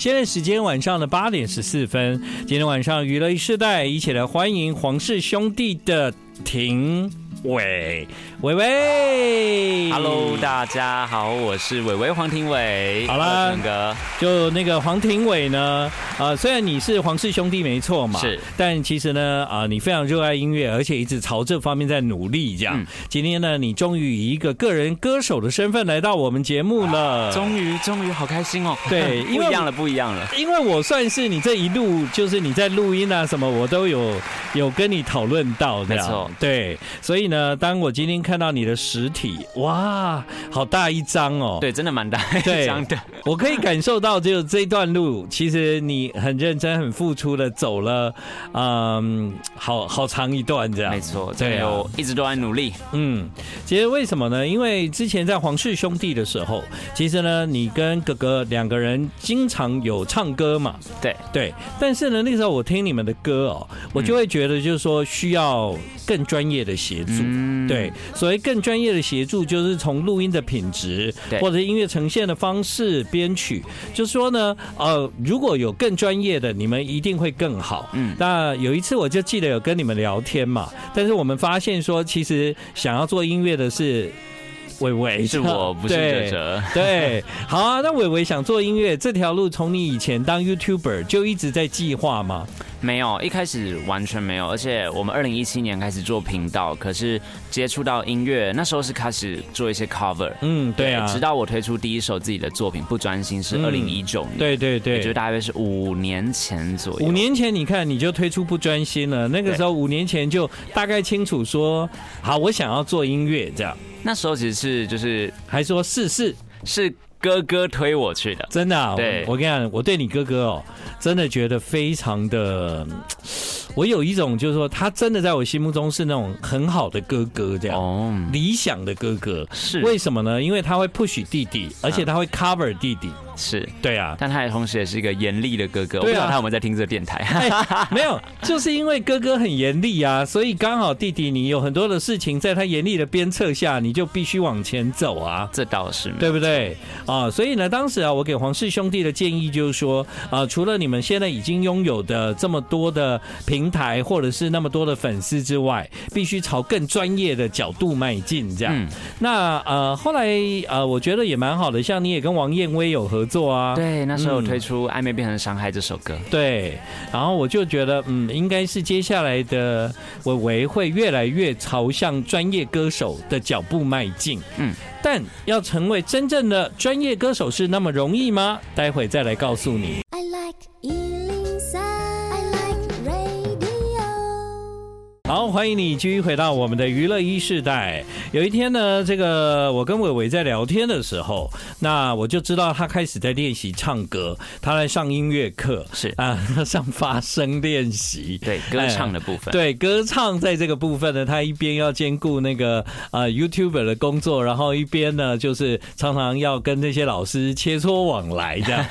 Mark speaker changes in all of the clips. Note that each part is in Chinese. Speaker 1: 现在时间晚上的八点十四分，今天晚上娱乐一世代一起来欢迎黄氏兄弟的庭伟伟伟
Speaker 2: Hello，大家好，我是伟伟黄庭伟。
Speaker 1: 好啦
Speaker 2: Hello，腾哥，
Speaker 1: 就那个黄庭伟呢，呃，虽然你是黄氏兄弟没错嘛，
Speaker 2: 是，
Speaker 1: 但其实呢，啊、你非常热爱音乐，而且一直朝这方面在努力。这样，
Speaker 2: 嗯
Speaker 1: 今天呢，你终于以一个个人歌手的身份来到我们节目了。
Speaker 2: 终于终于好开心哦。
Speaker 1: 对因
Speaker 2: 不
Speaker 1: 为
Speaker 2: 一样了，不一样了。
Speaker 1: 因为我算是你这一路，就是你在录音啊什么，我都有有跟你讨论到这样
Speaker 2: 没错
Speaker 1: 对，所以呢，当我今天看到你的实体，哇，好大一张哦，
Speaker 2: 对，真的蛮大
Speaker 1: 对
Speaker 2: 这样的。
Speaker 1: 我可以感受到，就这段路，其实你很认真、很付出的走了，嗯，好好长一段这样
Speaker 2: 没。错，
Speaker 1: 对啊
Speaker 2: 对，我一直都在努力。
Speaker 1: 嗯，其实为什么呢？因为之前在黄氏兄弟的时候，其实呢，你跟哥哥两个人经常有唱歌嘛，
Speaker 2: 对，
Speaker 1: 对。但是呢，那时候我听你们的歌哦，
Speaker 2: 嗯
Speaker 1: 我就会觉得就是说需要更专业的协助。
Speaker 2: 嗯，
Speaker 1: 对，所谓更专业的协助，就是从录音的品质，
Speaker 2: 对
Speaker 1: 或者音乐呈现的方式、编曲，就说呢，呃，如果有更专业的，你们一定会更好。
Speaker 2: 嗯
Speaker 1: 那有一次我就记得有跟你们聊天嘛，但是我们发现说，其实想要做音乐的是伟伟，
Speaker 2: 是我，不是哲
Speaker 1: 对
Speaker 2: 哲。
Speaker 1: 对，好啊。那伟伟想做音乐这条路，从你以前当 YouTuber 就一直在计划吗？
Speaker 2: 没有，一开始完全没有，而且我们二零一七年开始做频道，可是接触到音乐，那时候是开始做一些 cover，
Speaker 1: 嗯，对啊，
Speaker 2: 直到我推出第一首自己的作品《不专心》是
Speaker 1: 嗯
Speaker 2: 二零一九年，，
Speaker 1: 对对对，
Speaker 2: 也就大约是五年前左右。
Speaker 1: 五年前你看你就推出不专心了，那个时候五年前就大概清楚说，好，我想要做音乐这样，
Speaker 2: 那时候其实是就是
Speaker 1: 还说试试，
Speaker 2: 是哥哥推我去的，
Speaker 1: 真的、啊，
Speaker 2: 对
Speaker 1: 我我跟你讲，我对你哥哥哦，真的觉得非常的，嗯我有一种就是说他真的在我心目中是那种很好的哥哥这样，
Speaker 2: 哦，
Speaker 1: 理想的哥哥。
Speaker 2: 是
Speaker 1: 为什么呢？因为他会 push 弟弟，而且他会 cover 弟弟。
Speaker 2: 是，
Speaker 1: 对 啊，
Speaker 2: 但他也同时也是一个严厉的哥哥，我不
Speaker 1: 对啊
Speaker 2: 知道他有没有在听这个电台。
Speaker 1: 哎，没有，就是因为哥哥很严厉啊，所以刚好弟弟你有很多的事情在他严厉的鞭策下，你就必须往前走啊。
Speaker 2: 这倒是没有
Speaker 1: 对不对啊？所以呢，当时啊，我给黄氏兄弟的建议就是说啊，除了你们现在已经拥有的这么多的平台或者是那么多的粉丝之外，必须朝更专业的角度迈进，这样。
Speaker 2: 嗯，
Speaker 1: 那呃，后来呃，我觉得也蛮好的，像你也跟王燕威有合作啊，
Speaker 2: 对，那时候
Speaker 1: 嗯
Speaker 2: 推出《暧昧变成伤害》这首歌，
Speaker 1: 对，然后我就觉得，嗯，应该是接下来的伟伟会越来越朝向专业歌手的脚步迈进。
Speaker 2: 嗯，
Speaker 1: 但要成为真正的专业歌手是那么容易吗？待会再来告诉你。
Speaker 3: I like Ealing Sound. I like radio.
Speaker 1: 好，欢迎你继续回到我们的娱乐一世代。有一天呢，这个我跟伟伟在聊天的时候，那我就知道他开始在练习唱歌，他来上音乐课，
Speaker 2: 是
Speaker 1: 啊， 上发声练习。
Speaker 2: 对歌唱的部分。
Speaker 1: 哎对，歌唱在这个部分呢，他一边要兼顾那个呃 YouTuber 的工作，然后一边呢就是常常要跟这些老师切磋往来这 样。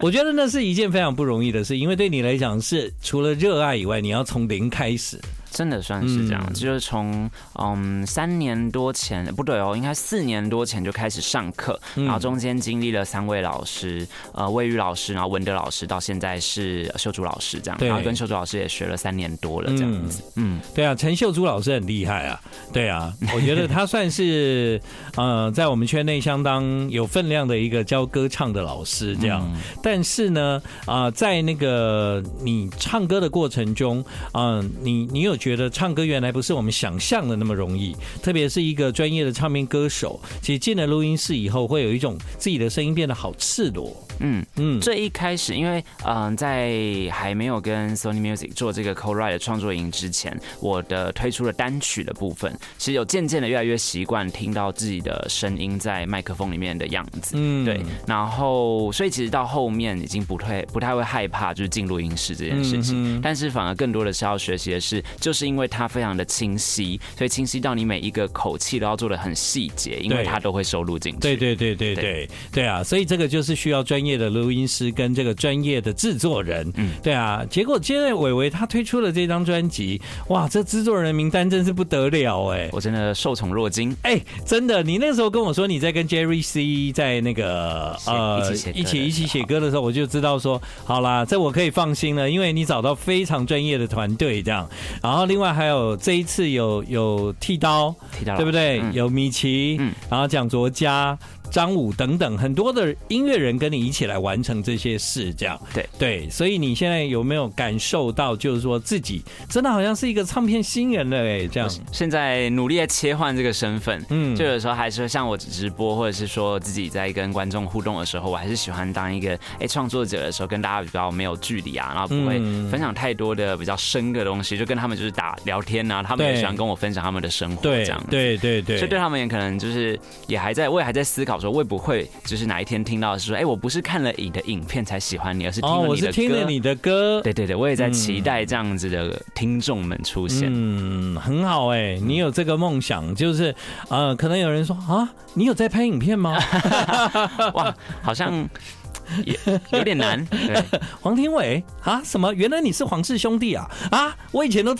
Speaker 1: 我觉得那是一件非常不容易的事，因为对你来讲是除了热爱以外，你要从零开始。
Speaker 2: 真的算是这样，就是从嗯三年多前不对哦，应该四年多前就开始上课，
Speaker 1: 嗯
Speaker 2: 然后中间经历了三位老师，呃，魏玉老师，然后文德老师，到现在是秀珠老师这样，
Speaker 1: 对
Speaker 2: 然后跟秀珠老师也学了三年多了这样子，嗯，
Speaker 1: 对啊，陈秀珠老师很厉害啊，对啊，我觉得他算是呃在我们圈内相当有分量的一个教歌唱的老师这样。但是呢，啊、在那个你唱歌的过程中，嗯、你你有觉得唱歌原来不是我们想象的那么容易，特别是一个专业的唱片歌手，其实进了录音室以后，会有一种自己的声音变得好赤裸，
Speaker 2: 嗯，
Speaker 1: 嗯，
Speaker 2: 最一开始，因为嗯、呃在还没有跟 Sony Music 做这个 co-write 的创作营之前，我的推出了单曲的部分，其实有渐渐的越来越习惯听到自己的声音在麦克风里面的样子。
Speaker 1: 嗯
Speaker 2: 对，然后所以其实到后面已经不太不太会害怕，就是进录音室这件事
Speaker 1: 嗯
Speaker 2: 情，但是反而更多的是要学习的是，就是因为它非常的清晰，所以清晰到你每一个口气都要做的很细节，因为
Speaker 1: 对
Speaker 2: 它都会收录进去。
Speaker 1: 对对对对对
Speaker 2: 对
Speaker 1: 对啊！所以这个就是需要专业的录音师跟这个专业的制作人，嗯，对啊。结果接着伟伟他推出了这张专辑，哇，这制作人名单真是不得了哎、
Speaker 2: 我真的受宠若惊。
Speaker 1: 哎、真的，你那时候跟我说你在跟 Jerry C 在那个呃
Speaker 2: 写一
Speaker 1: 一起一
Speaker 2: 起写歌的
Speaker 1: 起
Speaker 2: 时候
Speaker 1: 写歌的时候，我就知道说，好啦，这我可以放心了，因为你找到非常专业的团队这样。然后另外还有这一次有有剃刀，
Speaker 2: 提到了
Speaker 1: 对不对？
Speaker 2: 嗯
Speaker 1: 有米奇，
Speaker 2: 嗯
Speaker 1: 然后蒋卓佳、张武等等很多的音乐人跟你一起来完成这些事，这样
Speaker 2: 对
Speaker 1: 对。所以你现在有没有感受到，就是说自己真的好像是一个唱片新人了、哎，这样，
Speaker 2: 现在努力的切换这个身份，
Speaker 1: 嗯
Speaker 2: 嗯，就有时候还是像我直播，或者是说自己在跟观众互动的时候，我还是喜欢当一个哎创、作者的时候，跟大家比较没有距离啊，然后不会
Speaker 1: 嗯
Speaker 2: 分享太多的比较深的东西，就跟他们就是打聊天啊，他们也
Speaker 1: 对
Speaker 2: 喜欢跟我分享他们的生活
Speaker 1: 对
Speaker 2: 这样。
Speaker 1: 对对对，
Speaker 2: 所以对他们也可能就是也还在，我也还在思考说会不会就是哪一天听到的是说，哎、我不是看了你的影片才喜欢你，而是听
Speaker 1: 哦，
Speaker 2: 了
Speaker 1: 我
Speaker 2: 你的
Speaker 1: 是
Speaker 2: 歌。
Speaker 1: 听了你的歌，
Speaker 2: 对对对，我也在期待这样子的听众们出现。
Speaker 1: 嗯，很好哎、你有这个梦想，就是呃，可能有人说啊，你有在拍影片吗？
Speaker 2: 哇，好
Speaker 1: 嗯
Speaker 2: 像也有点难。 对，
Speaker 1: 黄庭伟啊，什么？原来你是黄氏兄弟啊！啊，我以前都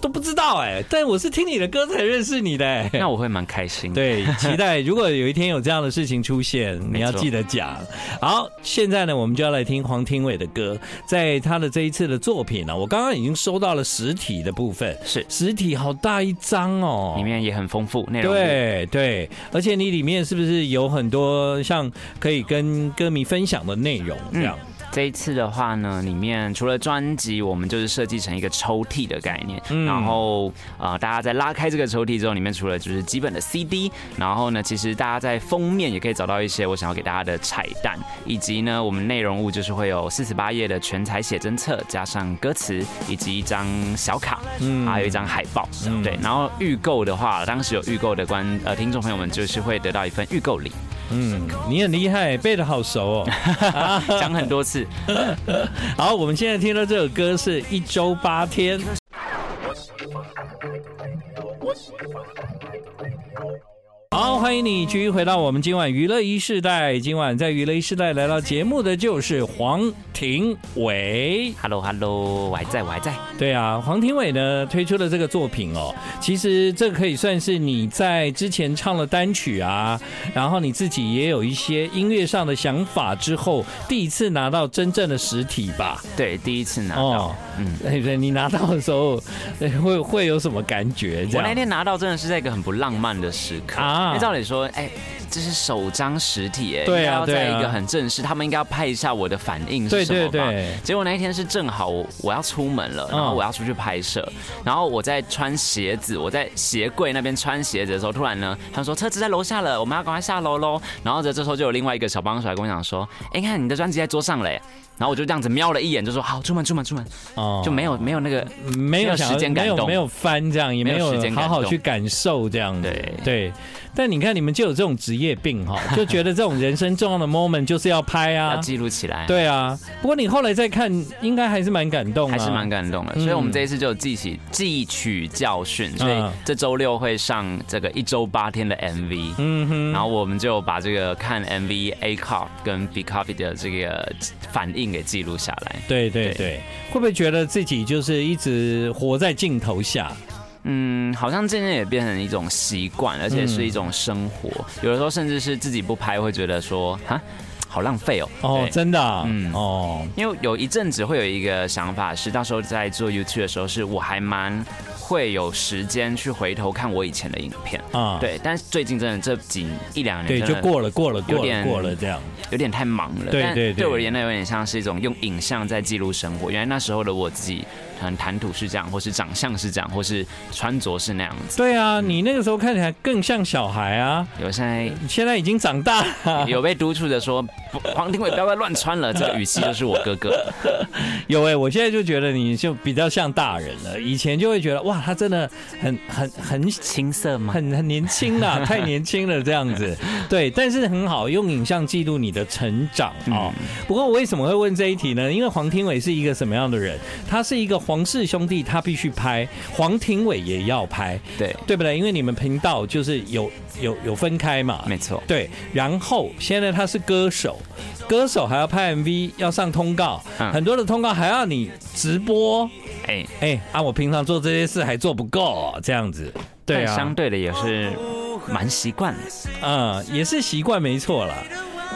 Speaker 1: 都不知道哎、但我是听你的歌才认识你的、哎
Speaker 2: 那我会蛮开心。，
Speaker 1: 对，期待如果有一天有这样的事情出现，你要
Speaker 2: 没错
Speaker 1: 记得讲。好，现在呢，我们就要来听黄庭伟的歌，在他的这一次的作品呢、我刚刚已经收到了实体的部分，
Speaker 2: 是
Speaker 1: 实体好大一张哦，
Speaker 2: 里面也很丰富内容。，
Speaker 1: 对对，而且你里面是不是有很多像可以跟歌迷分享的内容这样？
Speaker 2: 这一次的话呢，里面除了专辑，我们就是设计成一个抽屉的概念。
Speaker 1: 嗯
Speaker 2: 然后呃，大家在拉开这个抽屉之后，里面除了就是基本的 CD，然后呢，其实大家在封面也可以找到一些我想要给大家的彩蛋，以及呢，我们内容物就是会有四十八页的全彩写真册，加上歌词，以及一张小卡，
Speaker 1: 嗯
Speaker 2: 嗯，还有一张海报。
Speaker 1: 嗯
Speaker 2: 对，然后预购的话，当时有预购的观呃听众朋友们就是会得到一份预购礼，
Speaker 1: 嗯，你很厉害，背的好熟哦。
Speaker 2: 讲很多次。
Speaker 1: 好，我们现在听到这首歌是一周八天。好，欢迎你继续回到我们今晚娱乐一世代。今晚在娱乐一世代来到节目的就是黄庭伟。
Speaker 2: Hello Hello，我还在，我还在。
Speaker 1: 对啊，黄庭伟呢推出了这个作品哦，其实这可以算是你在之前唱了单曲啊，然后你自己也有一些音乐上的想法之后，第一次拿到真正的实体吧？
Speaker 2: 对，第一次拿
Speaker 1: 哦
Speaker 2: 到。，嗯
Speaker 1: 对对，你拿到的时候 哎会会有什么感觉？这
Speaker 2: 我那
Speaker 1: 样
Speaker 2: 天拿到真的是在一个很不浪漫的时刻
Speaker 1: 啊
Speaker 2: 啊！因为照理说，哎、这是首张实体、哎，
Speaker 1: 对啊
Speaker 2: 应该要在
Speaker 1: 对啊
Speaker 2: 一个很正式，他们应该要拍一下我的反应
Speaker 1: 对
Speaker 2: 是什么
Speaker 1: 对
Speaker 2: 吧？
Speaker 1: 对
Speaker 2: 结果那一天是正好我我要出门了，然后
Speaker 1: 嗯
Speaker 2: 我要出去拍摄，然后我在穿鞋子，我在鞋柜那边穿鞋子的时候，突然呢，他们说车子在楼下了，我们要赶快下楼喽。然后这这时候就有另外一个小帮手来跟我讲说，哎、看你的专辑在桌上嘞、哎然后我就这样子瞄了一眼，就说好，出门出门出门，
Speaker 1: 哦
Speaker 2: 就没有没有那个
Speaker 1: 没有
Speaker 2: 没有
Speaker 1: 想要
Speaker 2: 时间感
Speaker 1: 没有
Speaker 2: 动
Speaker 1: 没有翻这样，也没
Speaker 2: 没有时
Speaker 1: 有
Speaker 2: 间
Speaker 1: 好
Speaker 2: 感
Speaker 1: 好
Speaker 2: 动
Speaker 1: 去感受这样子。
Speaker 2: 对
Speaker 1: 对，但你看你们就有这种职业病 哈、就觉得这种人生重要的 moment 就是要拍啊，
Speaker 2: 要记录起来。
Speaker 1: 对啊，不过你后来再看，应该还是蛮感动、啊，
Speaker 2: 还是蛮感动的，
Speaker 1: 嗯
Speaker 2: 所以我们这一次就记起汲取教训，所
Speaker 1: 嗯
Speaker 2: 以这周六会上这个一周八天的 MV，
Speaker 1: 嗯哼，
Speaker 2: 然后我们就把这个看 MV A Cup 跟 B Cup 的这个反应给记录下来。
Speaker 1: 对对对，
Speaker 2: 对
Speaker 1: 会不会觉得自己就是一直活在镜头下？
Speaker 2: 嗯，好像渐渐也变成一种习惯，而且是
Speaker 1: 嗯
Speaker 2: 一种生活，有的时候甚至是自己不拍会觉得说哈，好浪费哦。
Speaker 1: 哦
Speaker 2: 对，
Speaker 1: 真的、啊，
Speaker 2: 嗯
Speaker 1: 哦，
Speaker 2: 因为有一阵子会有一个想法是，到时候在做 YouTube 的时候，是我还蛮会有时间去回头看我以前的影片。
Speaker 1: 啊、
Speaker 2: 对，但是最近真的这几一两年，
Speaker 1: 对，就过了，过了，
Speaker 2: 有
Speaker 1: 过了，
Speaker 2: 点
Speaker 1: 过了，这样，
Speaker 2: 有点太忙了。
Speaker 1: 对
Speaker 2: 但
Speaker 1: 对对
Speaker 2: 对我而言呢，有点像是一种用影像在记录生活。原来那时候的我自己，可能谈吐是这样，或是长相是这样，或是穿着是那样子。
Speaker 1: 对啊，你那个时候看起来更像小孩啊，
Speaker 2: 有现在
Speaker 1: 你现在已经长大了。
Speaker 2: 有被督促的说，不黄庭伟不要再乱穿了，这个语气就是我哥哥。
Speaker 1: 有哎、我现在就觉得你就比较像大人了，以前就会觉得哇，他真的很很很
Speaker 2: 青涩吗？
Speaker 1: 很很年轻 啦，太年轻了这样子。对，但是很好，用影像记录你的啊嗯成长哦。不过为什么会问这一题呢？因为黄庭伟是一个什么样的人？他是一个黄氏兄弟他必须拍，黄庭伟也要拍，
Speaker 2: 对，
Speaker 1: 对不对？因为你们频道就是有有有分开嘛，
Speaker 2: 没错，
Speaker 1: 对，然后现在他是歌手，歌手还要拍 MV，要上通告，
Speaker 2: 嗯
Speaker 1: 很多的通告还要你直播，
Speaker 2: 哎、
Speaker 1: 哎、啊，我平常做这些事还做不够，这样子，对
Speaker 2: 但相
Speaker 1: 啊，
Speaker 2: 对的也是蛮习惯的。
Speaker 1: 嗯，也是习惯没错啦。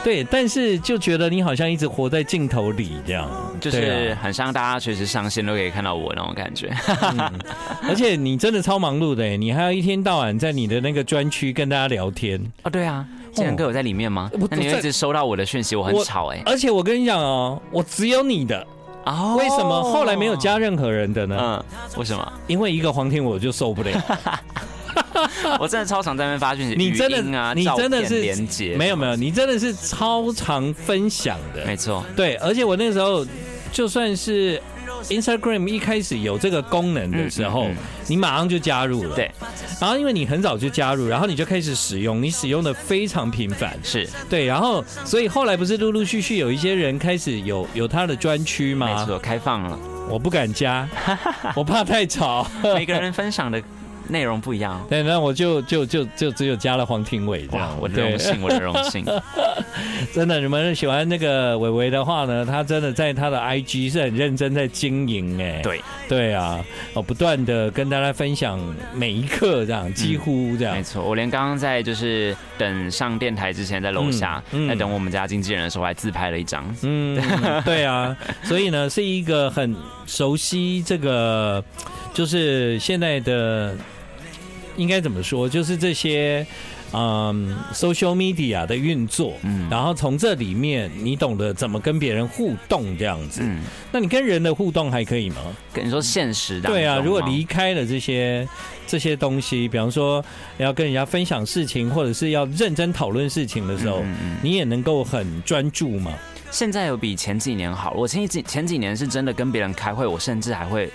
Speaker 1: 对，但是就觉得你好像一直活在镜头里这样，
Speaker 2: 就
Speaker 1: 对
Speaker 2: 是
Speaker 1: 啊
Speaker 2: 很像大家随时上线都可以看到我那种感觉。
Speaker 1: 而且你真的超忙碌的耶，你还要一天到晚在你的那个专区跟大家聊天。
Speaker 2: 哦，对啊，建仁哥有在里面吗
Speaker 1: 我？
Speaker 2: 那你会
Speaker 1: 在
Speaker 2: 一直收到我的讯息，我很
Speaker 1: 我
Speaker 2: 吵哎。
Speaker 1: 而且我跟你讲哦，我只有你的，啊
Speaker 2: 哦
Speaker 1: 为什么后来没有？加任何人的呢？
Speaker 2: 嗯，为什 么？
Speaker 1: 因为一个黄天我就受不了。
Speaker 2: 我真的超常在那边发讯息，
Speaker 1: 你
Speaker 2: 语
Speaker 1: 真的
Speaker 2: 音啊，
Speaker 1: 你真的是
Speaker 2: 连接
Speaker 1: 没有没有，你真的是超常分享的
Speaker 2: 没。错，
Speaker 1: 对，而且我那时候就算是 Instagram 一开始有这个功能的时候，
Speaker 2: 嗯嗯嗯
Speaker 1: 你马上就加入了。
Speaker 2: 对，
Speaker 1: 然后因为你很早就加入，然后你就开始使用，你使用的非常频繁。
Speaker 2: 是
Speaker 1: 对，然后所以后来不是陆陆续续有一些人开始有有他的专区
Speaker 2: 没
Speaker 1: 吗？
Speaker 2: 错，开放 了，
Speaker 1: 我不敢 加，我怕太吵。
Speaker 2: 每个人分享的内容不一样。
Speaker 1: 对，那我就就就就只有加了黄庭伟这
Speaker 2: 哇
Speaker 1: 样，。
Speaker 2: 我的
Speaker 1: 对
Speaker 2: 荣，幸，我的荣 幸。
Speaker 1: 真的，你们喜欢那个伟伟的话呢，他真的在他的 IG 是很认真在经营哎。
Speaker 2: 对
Speaker 1: 对啊，哦，不断的跟大家分享每一刻这样，几乎这样
Speaker 2: 没。错，我连刚刚在就是等上电台之前，在楼下
Speaker 1: 嗯嗯
Speaker 2: 在等我们家经纪人的时候，我还自拍了一张。
Speaker 1: 嗯，对啊，所以呢，是一个很熟悉这个，就是现在的应该怎么说，就是这些嗯，social media 的运作，
Speaker 2: 嗯
Speaker 1: 然后从这里面你懂得怎么跟别人互动这样子。
Speaker 2: 嗯，
Speaker 1: 那你跟人的互动还可以吗？
Speaker 2: 跟你说现实当中
Speaker 1: 对啊，
Speaker 2: 吗
Speaker 1: 如果离开了这些这些东西，比方说要跟人家分享事情，或者是要认真讨论事情的时候，
Speaker 2: 嗯嗯
Speaker 1: 你也能够很专注嘛。
Speaker 2: 现在有比前几年好。我前几前几年是真的跟别人开会，我甚至还会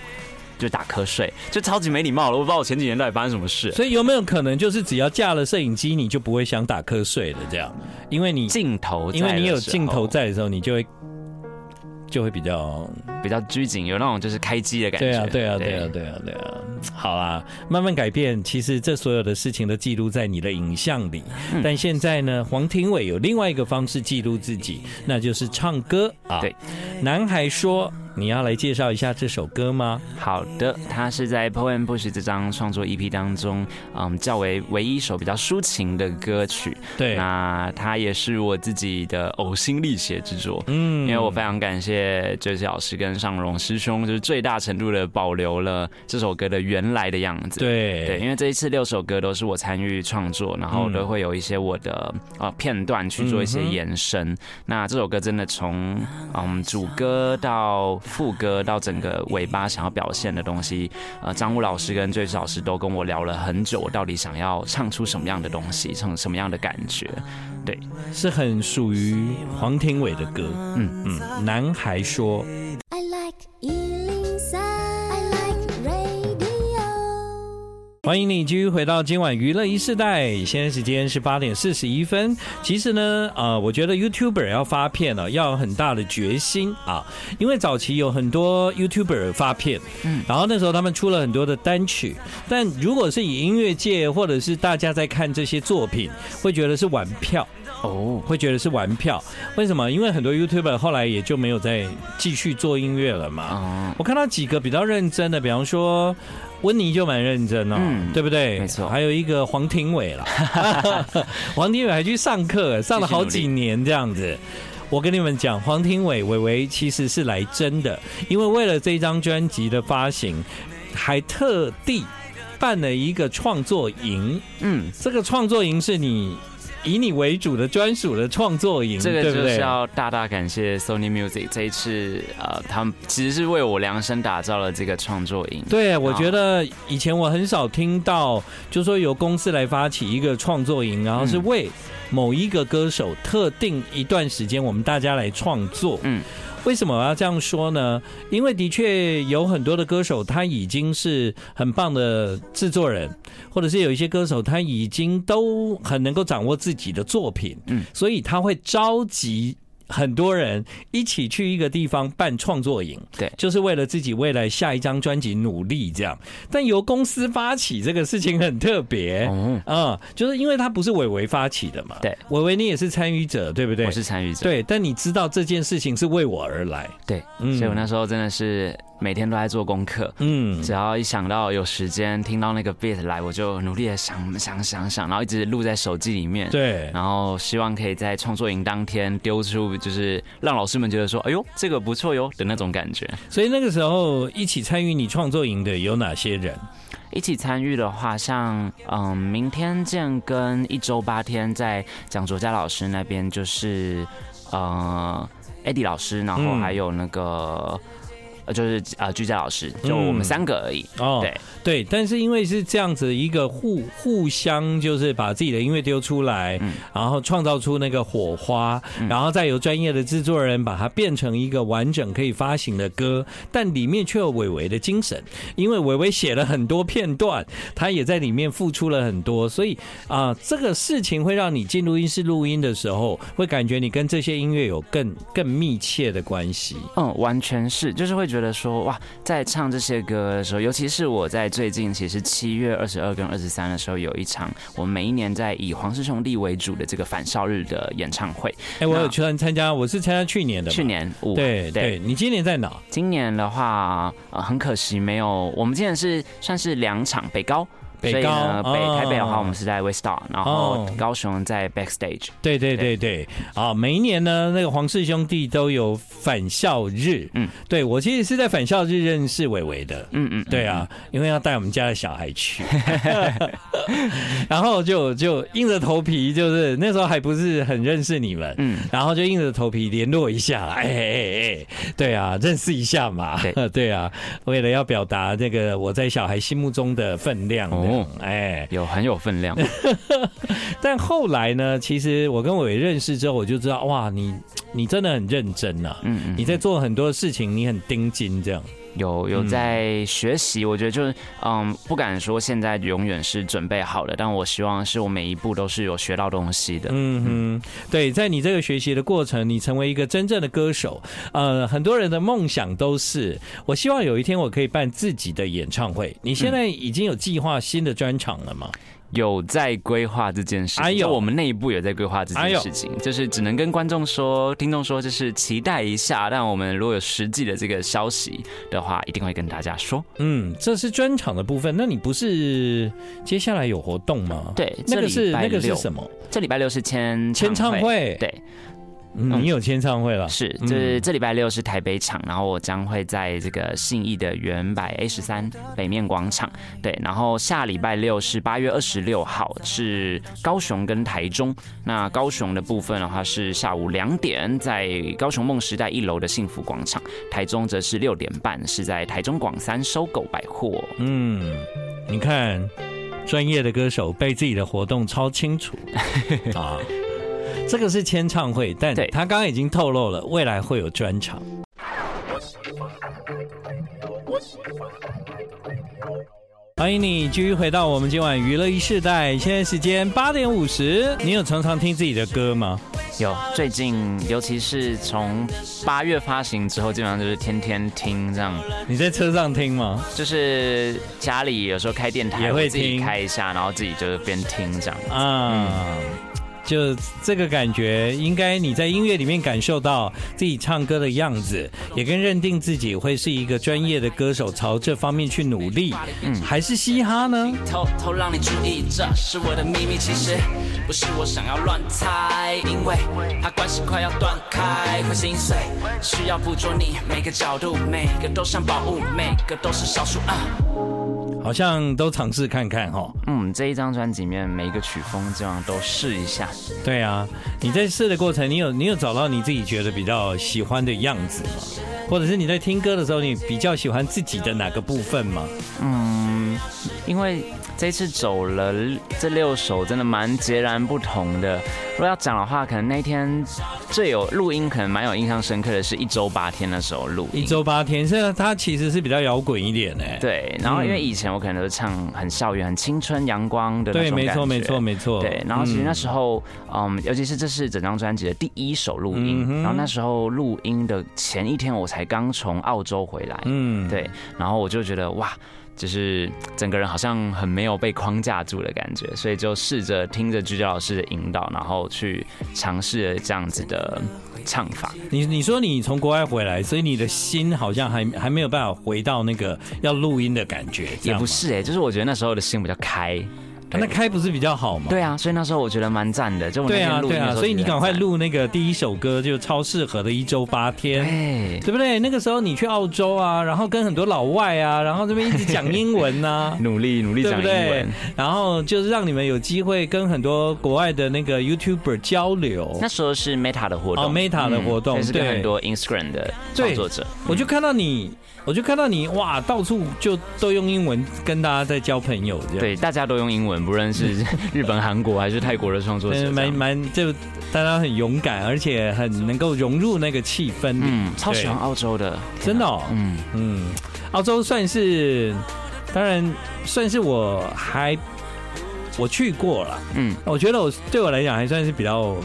Speaker 2: 就打瞌睡，就超级没礼貌了。我不知道我前几年到底发生什么事。
Speaker 1: 所以有没有可能，就是只要架了摄影机，你就不会想打瞌睡了？这样，因为你
Speaker 2: 镜头在的
Speaker 1: 因
Speaker 2: 时候，
Speaker 1: 为你有镜头在的时候，你就会就会比较
Speaker 2: 比较拘谨，有那种就是开机的感觉。
Speaker 1: 对啊，对啊，对啊，对啊，对啊。好啦，慢慢改变，其实这所有的事情都记录在你的影像里。但现在呢，黄庭伟有另外一个方式记录自己，那就是唱歌啊。
Speaker 2: 对，
Speaker 1: 男孩说。你要来介绍一下这首歌吗？
Speaker 2: 好的，它是在 Poem Push 这张创作 EP 当中，嗯，较为唯一一首比较抒情的歌曲。
Speaker 1: 对，
Speaker 2: 那它也是我自己的呕心沥血之作。
Speaker 1: 嗯
Speaker 2: 因为我非常感谢爵士老师跟尚荣师兄，就是最大程度的保留了这首歌的原来的样子。对，
Speaker 1: 对嗯
Speaker 2: 因为这一次六首歌都是我参与创作，然后都会有一些我的呃片段去做一些延伸。那这首歌真的从嗯主歌到副歌到整个尾巴想要表现的东西，呃，张武老师跟追老师都跟我聊了很久，我到底想要唱出什么样的东西，唱什么样的感觉。
Speaker 1: 是很属于黄庭伟的歌。嗯嗯，男孩说
Speaker 3: I like Ealing Sound. I like radio.
Speaker 1: 欢迎你继续回到今晚娱乐一世代，现在时间是八点四十一分。其实呢，呃，我觉得 YouTuber 要发片呢、要有很大的决心啊，因为早期有很多 YouTuber 发片，嗯，然后那时候他们出了很多的单曲，但如果是以音乐界或者是大家在看这些作品，会觉得是玩票，
Speaker 2: 哦，
Speaker 1: 会觉得是玩票。为什么？因为很多 YouTuber 后来也就没有再继续做音乐了嘛。
Speaker 2: 嗯，
Speaker 1: 我看到几个比较认真的，比方说温妮就蛮认真哦，
Speaker 2: 嗯
Speaker 1: 对不对？
Speaker 2: 没错
Speaker 1: 还有一个黄庭伟 了，黄庭伟还去上课，上了好几年这样子。我跟你们讲，黄庭伟伟伟其实是来真的，因为为了这张专辑的发行，还特地办了一个创作营。
Speaker 2: 嗯。
Speaker 1: 这个创作营是你以你为主的专属的创作营，
Speaker 2: 这个
Speaker 1: 对
Speaker 2: 就
Speaker 1: 不
Speaker 2: 是
Speaker 1: 对？
Speaker 2: 要大大感谢 Sony Music 这一次，呃，他们其实是为我量身打造了这个创作营。
Speaker 1: 对，我觉得以前我很少听到，就说由公司来发起一个创作营，然后是为某一个歌手特定一段时间，我们大家来创作。
Speaker 2: 嗯，
Speaker 1: 为什么我要这样说呢？因为的确有很多的歌手，他已经是很棒的制作人，或者是有一些歌手，他已经都很能够掌握自己的作品。
Speaker 2: 嗯
Speaker 1: 所以他会召集。很多人一起去一个地方办创作营，
Speaker 2: 对
Speaker 1: 就是为了自己未来下一张专辑努力这样。但由公司发起这个事情很特别，
Speaker 2: 哦
Speaker 1: 嗯，就是因为它不是伟伟发起的嘛，
Speaker 2: 对，
Speaker 1: 伟伟你也是参与者，对不对？
Speaker 2: 我是参与者，
Speaker 1: 对，但你知道这件事情是为我而来，
Speaker 2: 对，
Speaker 1: 嗯
Speaker 2: 所以我那时候真的是每天都在做功课。
Speaker 1: 嗯
Speaker 2: 只要一想到有时间，听到那个 beat 来，我就努力的想想想想，然后一直录在手机里面。
Speaker 1: 对，
Speaker 2: 然后希望可以在创作营当天丢出，就是让老师们觉得说，哎呦，这个不错哟的那种感觉。
Speaker 1: 所以那个时候一起参与你创作营的有哪些人？
Speaker 2: 一起参与的话，像嗯，明天见跟一周八天在蒋卓佳老师那边，就是呃，Eddie 老师，然后
Speaker 1: 嗯
Speaker 2: 还有那个。呃，就是呃，居家老师，就
Speaker 1: 嗯
Speaker 2: 我们三个而已。
Speaker 1: 哦
Speaker 2: 对
Speaker 1: 对，但是因为是这样子一个互互相，就是把自己的音乐丢出来，
Speaker 2: 嗯
Speaker 1: 然后创造出那个火花，然后再由专业的制作人把它变成一个完整可以发行的歌，但里面却有伟伟的精神，因为伟伟写了很多片段，他也在里面付出了很多，所以啊、这个事情会让你进录音室录音的时候，会感觉你跟这些音乐有更更密切的关系。
Speaker 2: 嗯，完全是，就是会觉得说，哇，在唱这些歌的时候，尤其是我在最近，其实七月二十二跟二十三的时候有一场，我们每一年在以黄氏兄弟为主的这个返校日的演唱会，
Speaker 1: 哎、我有
Speaker 2: 那
Speaker 1: 去参加，我是参加去年的嘛，
Speaker 2: 去年五
Speaker 1: 对对，你今年在哪？
Speaker 2: 今年的话，呃，很可惜没有，我们今年是算是两场北高。
Speaker 1: 北
Speaker 2: 所以呢，
Speaker 1: 高
Speaker 2: 北
Speaker 1: 哦
Speaker 2: 台北的话，我们是在 West Star，然后
Speaker 1: 哦
Speaker 2: 高雄在 Backstage。
Speaker 1: 对对对对，啊，每一年呢，那个黄氏兄弟都有返校日，
Speaker 2: 嗯
Speaker 1: 嗯，对我其实是在返校日认识伟伟的，
Speaker 2: 嗯嗯，
Speaker 1: 对啊，因为要带我们家的小孩去， 然后就就硬着头皮，就是那时候还不是很认识你们，
Speaker 2: 嗯，
Speaker 1: 然后就硬着头皮联络一下，哎哎哎，对啊，认识一下嘛，
Speaker 2: 对
Speaker 1: 对啊，为了要表达这个我在小孩心目中的分量，
Speaker 2: 哦
Speaker 1: 哦，哎，
Speaker 2: 有很有分量。
Speaker 1: 但后来呢，其实我跟伟伟认识之后，我就知道，哇，你你真的很认真呐、
Speaker 2: 嗯嗯，
Speaker 1: 你在做很多事情，你很盯紧这样。
Speaker 2: 有有
Speaker 1: 嗯
Speaker 2: 在学习，我觉得就是嗯，不敢说现在永远是准备好了，但我希望是我每一步都是有学到东西的。
Speaker 1: 嗯哼，对，在你这个学习的过程，你成为一个真正的歌手。呃，很多人的梦想都是，我希望有一天我可以办自己的演唱会。你现在已经有计划新的专场了吗？
Speaker 2: 有在规划这件事，
Speaker 1: 哎
Speaker 2: 情，
Speaker 1: 呦
Speaker 2: 就我们内部有在规划这
Speaker 1: 哎
Speaker 2: 件
Speaker 1: 呦
Speaker 2: 事情，就是只能跟观众说、听众说，就是期待一下。但我们如果有实际的这个消息的话，一定会跟大家说。
Speaker 1: 嗯，这是专场的部分。那你不是接下来有活动吗？，
Speaker 2: 对，
Speaker 1: 那个
Speaker 2: 这
Speaker 1: 是
Speaker 2: 礼拜
Speaker 1: 那个是
Speaker 2: 六
Speaker 1: 什么？
Speaker 2: 这礼拜六是签
Speaker 1: 签唱会。
Speaker 2: 对，
Speaker 1: 嗯，你有签唱会了。
Speaker 2: 是，
Speaker 1: 嗯
Speaker 2: 就是这礼拜六是台北场，然后我将会在这个信义的原百 A 十三北面广场，对，然后下礼拜六是八月二十六号是高雄跟台中，那高雄的部分的话是下午两点在高雄梦时代一楼的幸福广场，台中则是六点半是在台中广三收购百货，
Speaker 1: 嗯，你看，专业的歌手被自己的活动超清楚啊。这个是签唱会，但
Speaker 2: 对
Speaker 1: 他刚刚已经透露了，未来会有专场。欢迎你继续回到我们今晚娱乐一世代，现在时间八点五十。你有常常听自己的歌吗？
Speaker 2: 有最近尤其是从八月发行之后，基本上就是天天听这样。
Speaker 1: 你在车上听吗？
Speaker 2: 就是家里有时候开电台
Speaker 1: 也会
Speaker 2: 我自己
Speaker 1: 听
Speaker 2: 开一下，然后自己就是边听这样。
Speaker 1: 啊、就这个感觉，应该你在音乐里面感受到自己唱歌的样子，也跟认定自己会是一个专业的歌手，朝这方面去努力。嗯，还是嘻哈呢？
Speaker 4: 偷偷让你注意，这是我的秘密，其实不是我想要乱猜，因为怕关系快要断开，会心碎，需要捕捉你每个角度，每个都像宝物，每个都是少数啊。
Speaker 1: 好像都尝试看看哈。
Speaker 2: 嗯，这一张专辑里面每一个曲风基本上都试一下。
Speaker 1: 对啊，你在试的过程，你有你有找到你自己觉得比较喜欢的样子吗？或者是你在听歌的时候，你比较喜欢自己的哪个部分吗？
Speaker 2: 嗯，因为这次走了这六首，真的蛮截然不同的。如果要讲的话，可能那一天最有录音，可能蛮有印象深刻的是一周八天的时候录音
Speaker 1: 一。周八天，现在它其实是比较摇滚一点哎、
Speaker 2: 对，然后因为以前我可能都是唱很校园、很青春、阳光的那
Speaker 1: 对，
Speaker 2: 种
Speaker 1: 没错，
Speaker 2: 感觉
Speaker 1: 没错，没错。
Speaker 2: 对，然后其实那
Speaker 1: 嗯
Speaker 2: 时候，嗯，尤其是这是整张专辑的第一首录音，
Speaker 1: 嗯哼
Speaker 2: 然后那时候录音的前一天，我才刚从澳洲回来，
Speaker 1: 嗯，
Speaker 2: 对，然后我就觉得哇，就是整个人好像很没有被框架住的感觉，所以就试着听着居教老师的引导，然后去尝试了这样子的唱法。
Speaker 1: 你你说你从国外回来，所以你的心好像还还没有办法回到那个要录音的感觉，这
Speaker 2: 也
Speaker 1: 样
Speaker 2: 不
Speaker 1: 吗，
Speaker 2: 是哎、就是我觉得那时候的心比较开。对
Speaker 1: 那开不是比较好吗？
Speaker 2: 对啊，所以那时候我觉得蛮赞的，就我那
Speaker 1: 对啊，
Speaker 2: 天录音
Speaker 1: 对
Speaker 2: 的时
Speaker 1: 啊，
Speaker 2: 候，
Speaker 1: 所以你赶快。录那个第一首歌，就超适合的一周八天。
Speaker 2: 对，
Speaker 1: 对不对？那个时候你去澳洲啊，然后跟很多老外啊，然后这边一直讲英文 呐、
Speaker 2: 努力努力
Speaker 1: 对
Speaker 2: 讲
Speaker 1: 不
Speaker 2: 英文
Speaker 1: 对。？然后就是让你们有机会跟很多国外的那个 YouTuber 交流。
Speaker 2: 那时候是 Meta 的活动
Speaker 1: 哦，Meta 的活动
Speaker 2: 嗯就是跟
Speaker 1: 对
Speaker 2: 很多 Instagram 的创作者，嗯
Speaker 1: 我就看到你，我就看到你，哇，到处就都用英文跟大家在交朋友，这样。
Speaker 2: 对，大家都用英文，不论是 日本、韩国还是泰国的创作者
Speaker 1: 嗯，
Speaker 2: 这样，
Speaker 1: 蛮蛮就大家很勇敢，而且很能够融入那个气氛里。
Speaker 2: 嗯，超喜欢澳洲的，
Speaker 1: 真的哦
Speaker 2: 天哪
Speaker 1: 嗯，澳洲算是，当然算是我还我去过了，
Speaker 2: 嗯
Speaker 1: 我觉得我对我来讲还算是比较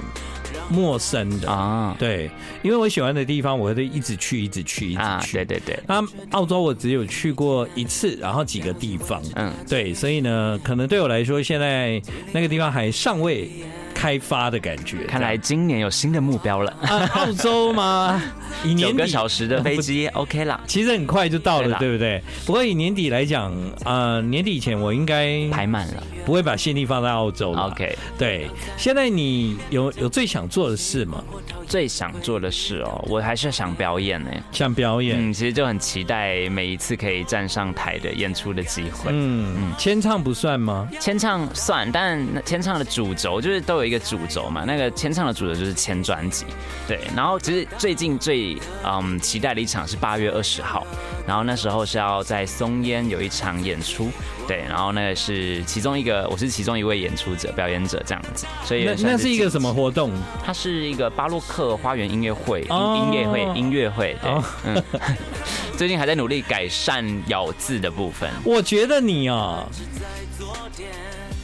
Speaker 1: 陌生
Speaker 2: 嗯
Speaker 1: 的。
Speaker 2: 啊
Speaker 1: 对，因为我喜欢的地方，我会一直去，一直去，一直
Speaker 2: 啊，
Speaker 1: 去。
Speaker 2: 对对对，
Speaker 1: 那澳洲我只有去过一次，然后几个地方。
Speaker 2: 嗯，
Speaker 1: 对，所以呢，可能对我来说，现在那个地方还尚未开发的感觉。
Speaker 2: 看来今年有新的目标了，
Speaker 1: 啊，澳洲吗？ 以
Speaker 2: 九
Speaker 1: 年
Speaker 2: 个
Speaker 1: 底
Speaker 2: 小时的飞 机 OK 啦，
Speaker 1: 其实很快就到
Speaker 2: 对
Speaker 1: 了，
Speaker 2: 啦
Speaker 1: 对不对？不过以年底来讲，呃，年底以前我应该
Speaker 2: 排满了
Speaker 1: 不会把心力放在澳洲了。
Speaker 2: ，OK。
Speaker 1: 对，现在你有有最想做的事吗？
Speaker 2: 最想做的事哦，我还是想表演呢。
Speaker 1: 像表演，
Speaker 2: 嗯，其实就很期待每一次可以站上台的演出的机会。
Speaker 1: 嗯，签唱不算吗？
Speaker 2: 签唱算，但签唱的主轴就是都有一个主轴嘛。那个签唱的主轴就是签专辑，对。然后其实最近最嗯期待的一场是八月二十号，然后那时候是要在松烟有一场演出，对。然后那个是其中一个，我是其中一位演出者、表演者这样子，所以
Speaker 1: 那
Speaker 2: 算
Speaker 1: 那是一个
Speaker 2: 晋级
Speaker 1: 什么？活动？
Speaker 2: 它是一个巴洛克花园音乐会、
Speaker 1: 哦
Speaker 2: 音音乐会、音乐会。对
Speaker 1: 哦
Speaker 2: 嗯， 最近还在努力改善咬字的部分，
Speaker 1: 我觉得你哦，
Speaker 2: 嗯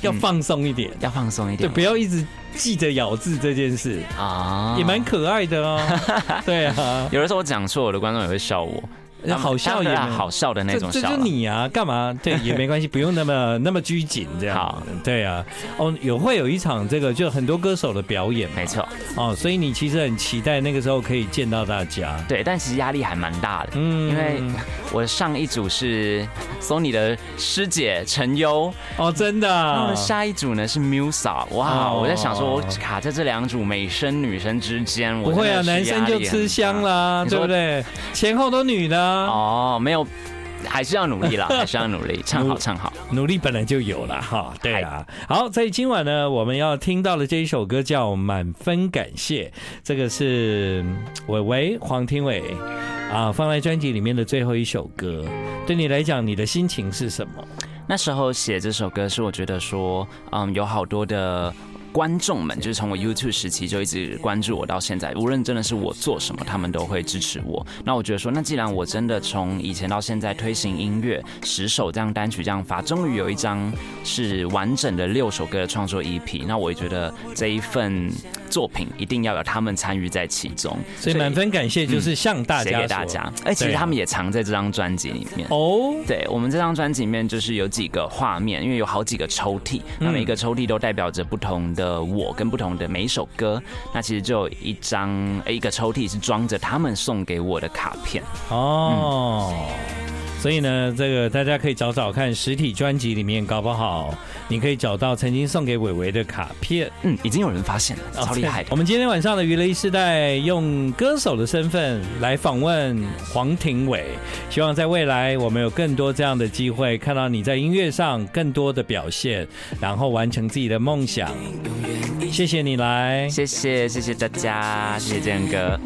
Speaker 1: 要放松一点，
Speaker 2: 要放松一
Speaker 1: 对，
Speaker 2: 点
Speaker 1: 不要一直记着咬字这件事，
Speaker 2: 啊
Speaker 1: 也蛮可爱的 哦。对啊，
Speaker 2: 有的时候我讲错，我的观众也会笑我，他们
Speaker 1: 好笑
Speaker 2: 当
Speaker 1: 也
Speaker 2: 然
Speaker 1: 没
Speaker 2: 好笑的那
Speaker 1: 这
Speaker 2: 种
Speaker 1: 这
Speaker 2: 笑
Speaker 1: 就
Speaker 2: 啦。
Speaker 1: 你啊，干嘛？对，也没关系，不用那么那么拘谨这样。
Speaker 2: 好，
Speaker 1: 对啊，哦，有会有一场这个就很多歌手的表演嘛，
Speaker 2: 没错，
Speaker 1: 哦，所以你其实很期待那个时候可以见到大家。
Speaker 2: 对，但其实压力还蛮大的，
Speaker 1: 嗯
Speaker 2: 因为我上一组是 Sony 的师姐陈优，
Speaker 1: 哦，真的
Speaker 2: 然后
Speaker 1: 啊
Speaker 2: 呢，下一组呢是 Musa，哇，
Speaker 1: 哦
Speaker 2: 我在想说，我卡在这两组美声女生之间，我
Speaker 1: 不会啊，
Speaker 2: 真的
Speaker 1: 男
Speaker 2: 是
Speaker 1: 生就
Speaker 2: 压力很大
Speaker 1: 吃香。啦，
Speaker 2: 你
Speaker 1: 对
Speaker 2: 说
Speaker 1: 不对？前后都女的啊，
Speaker 2: 哦，没有，还是要努力啦，还是要 努力，唱好唱好。
Speaker 1: 努力本来就有了哈，对啊。好，在今晚呢，我们要听到的这一首歌叫《满分感谢》，这个是嗯伟伟黄庭伟啊放在专辑里面的最后一首歌。对你来讲，你的心情是什么？
Speaker 2: 那时候写这首歌是我觉得说，嗯，有好多的。观众们就是从我 YouTube 时期就一直关注我到现在，无论真的是我做什么，他们都会支持我。那我觉得说，那既然我真的从以前到现在推行音乐，十首这样单曲这样发，终于有一张是完整的六首歌的创作 EP，那我也觉得这一份作品一定要有他们参与在其中，
Speaker 1: 所以满分感谢就是向大
Speaker 2: 写
Speaker 1: 家
Speaker 2: 给大
Speaker 1: 说
Speaker 2: 家。哎，其实
Speaker 1: 对啊
Speaker 2: 他们也藏在这张专辑里面。
Speaker 1: 哦。
Speaker 2: 对我们这张专辑里面，就是有几个画面，因为有好几个抽屉，那每一个抽屉都代表着不同的我跟不同的每一首歌。那其实就有一张诶一个抽屉是装着他们送给我的卡片。
Speaker 1: 哦。所以呢，这个大家可以找找看，实体专辑里面搞不好你可以找到曾经送给伟伟的卡片，
Speaker 2: 嗯，已经有人发现了，超厉害
Speaker 1: 我们今天晚上的娱乐一时代，用歌手的身份来访问黄庭伟，希望在未来我们有更多这样的机会，看到你在音乐上更多的表现，然后完成自己的梦想。谢谢你来，
Speaker 2: 谢谢谢谢大家，谢谢建哥。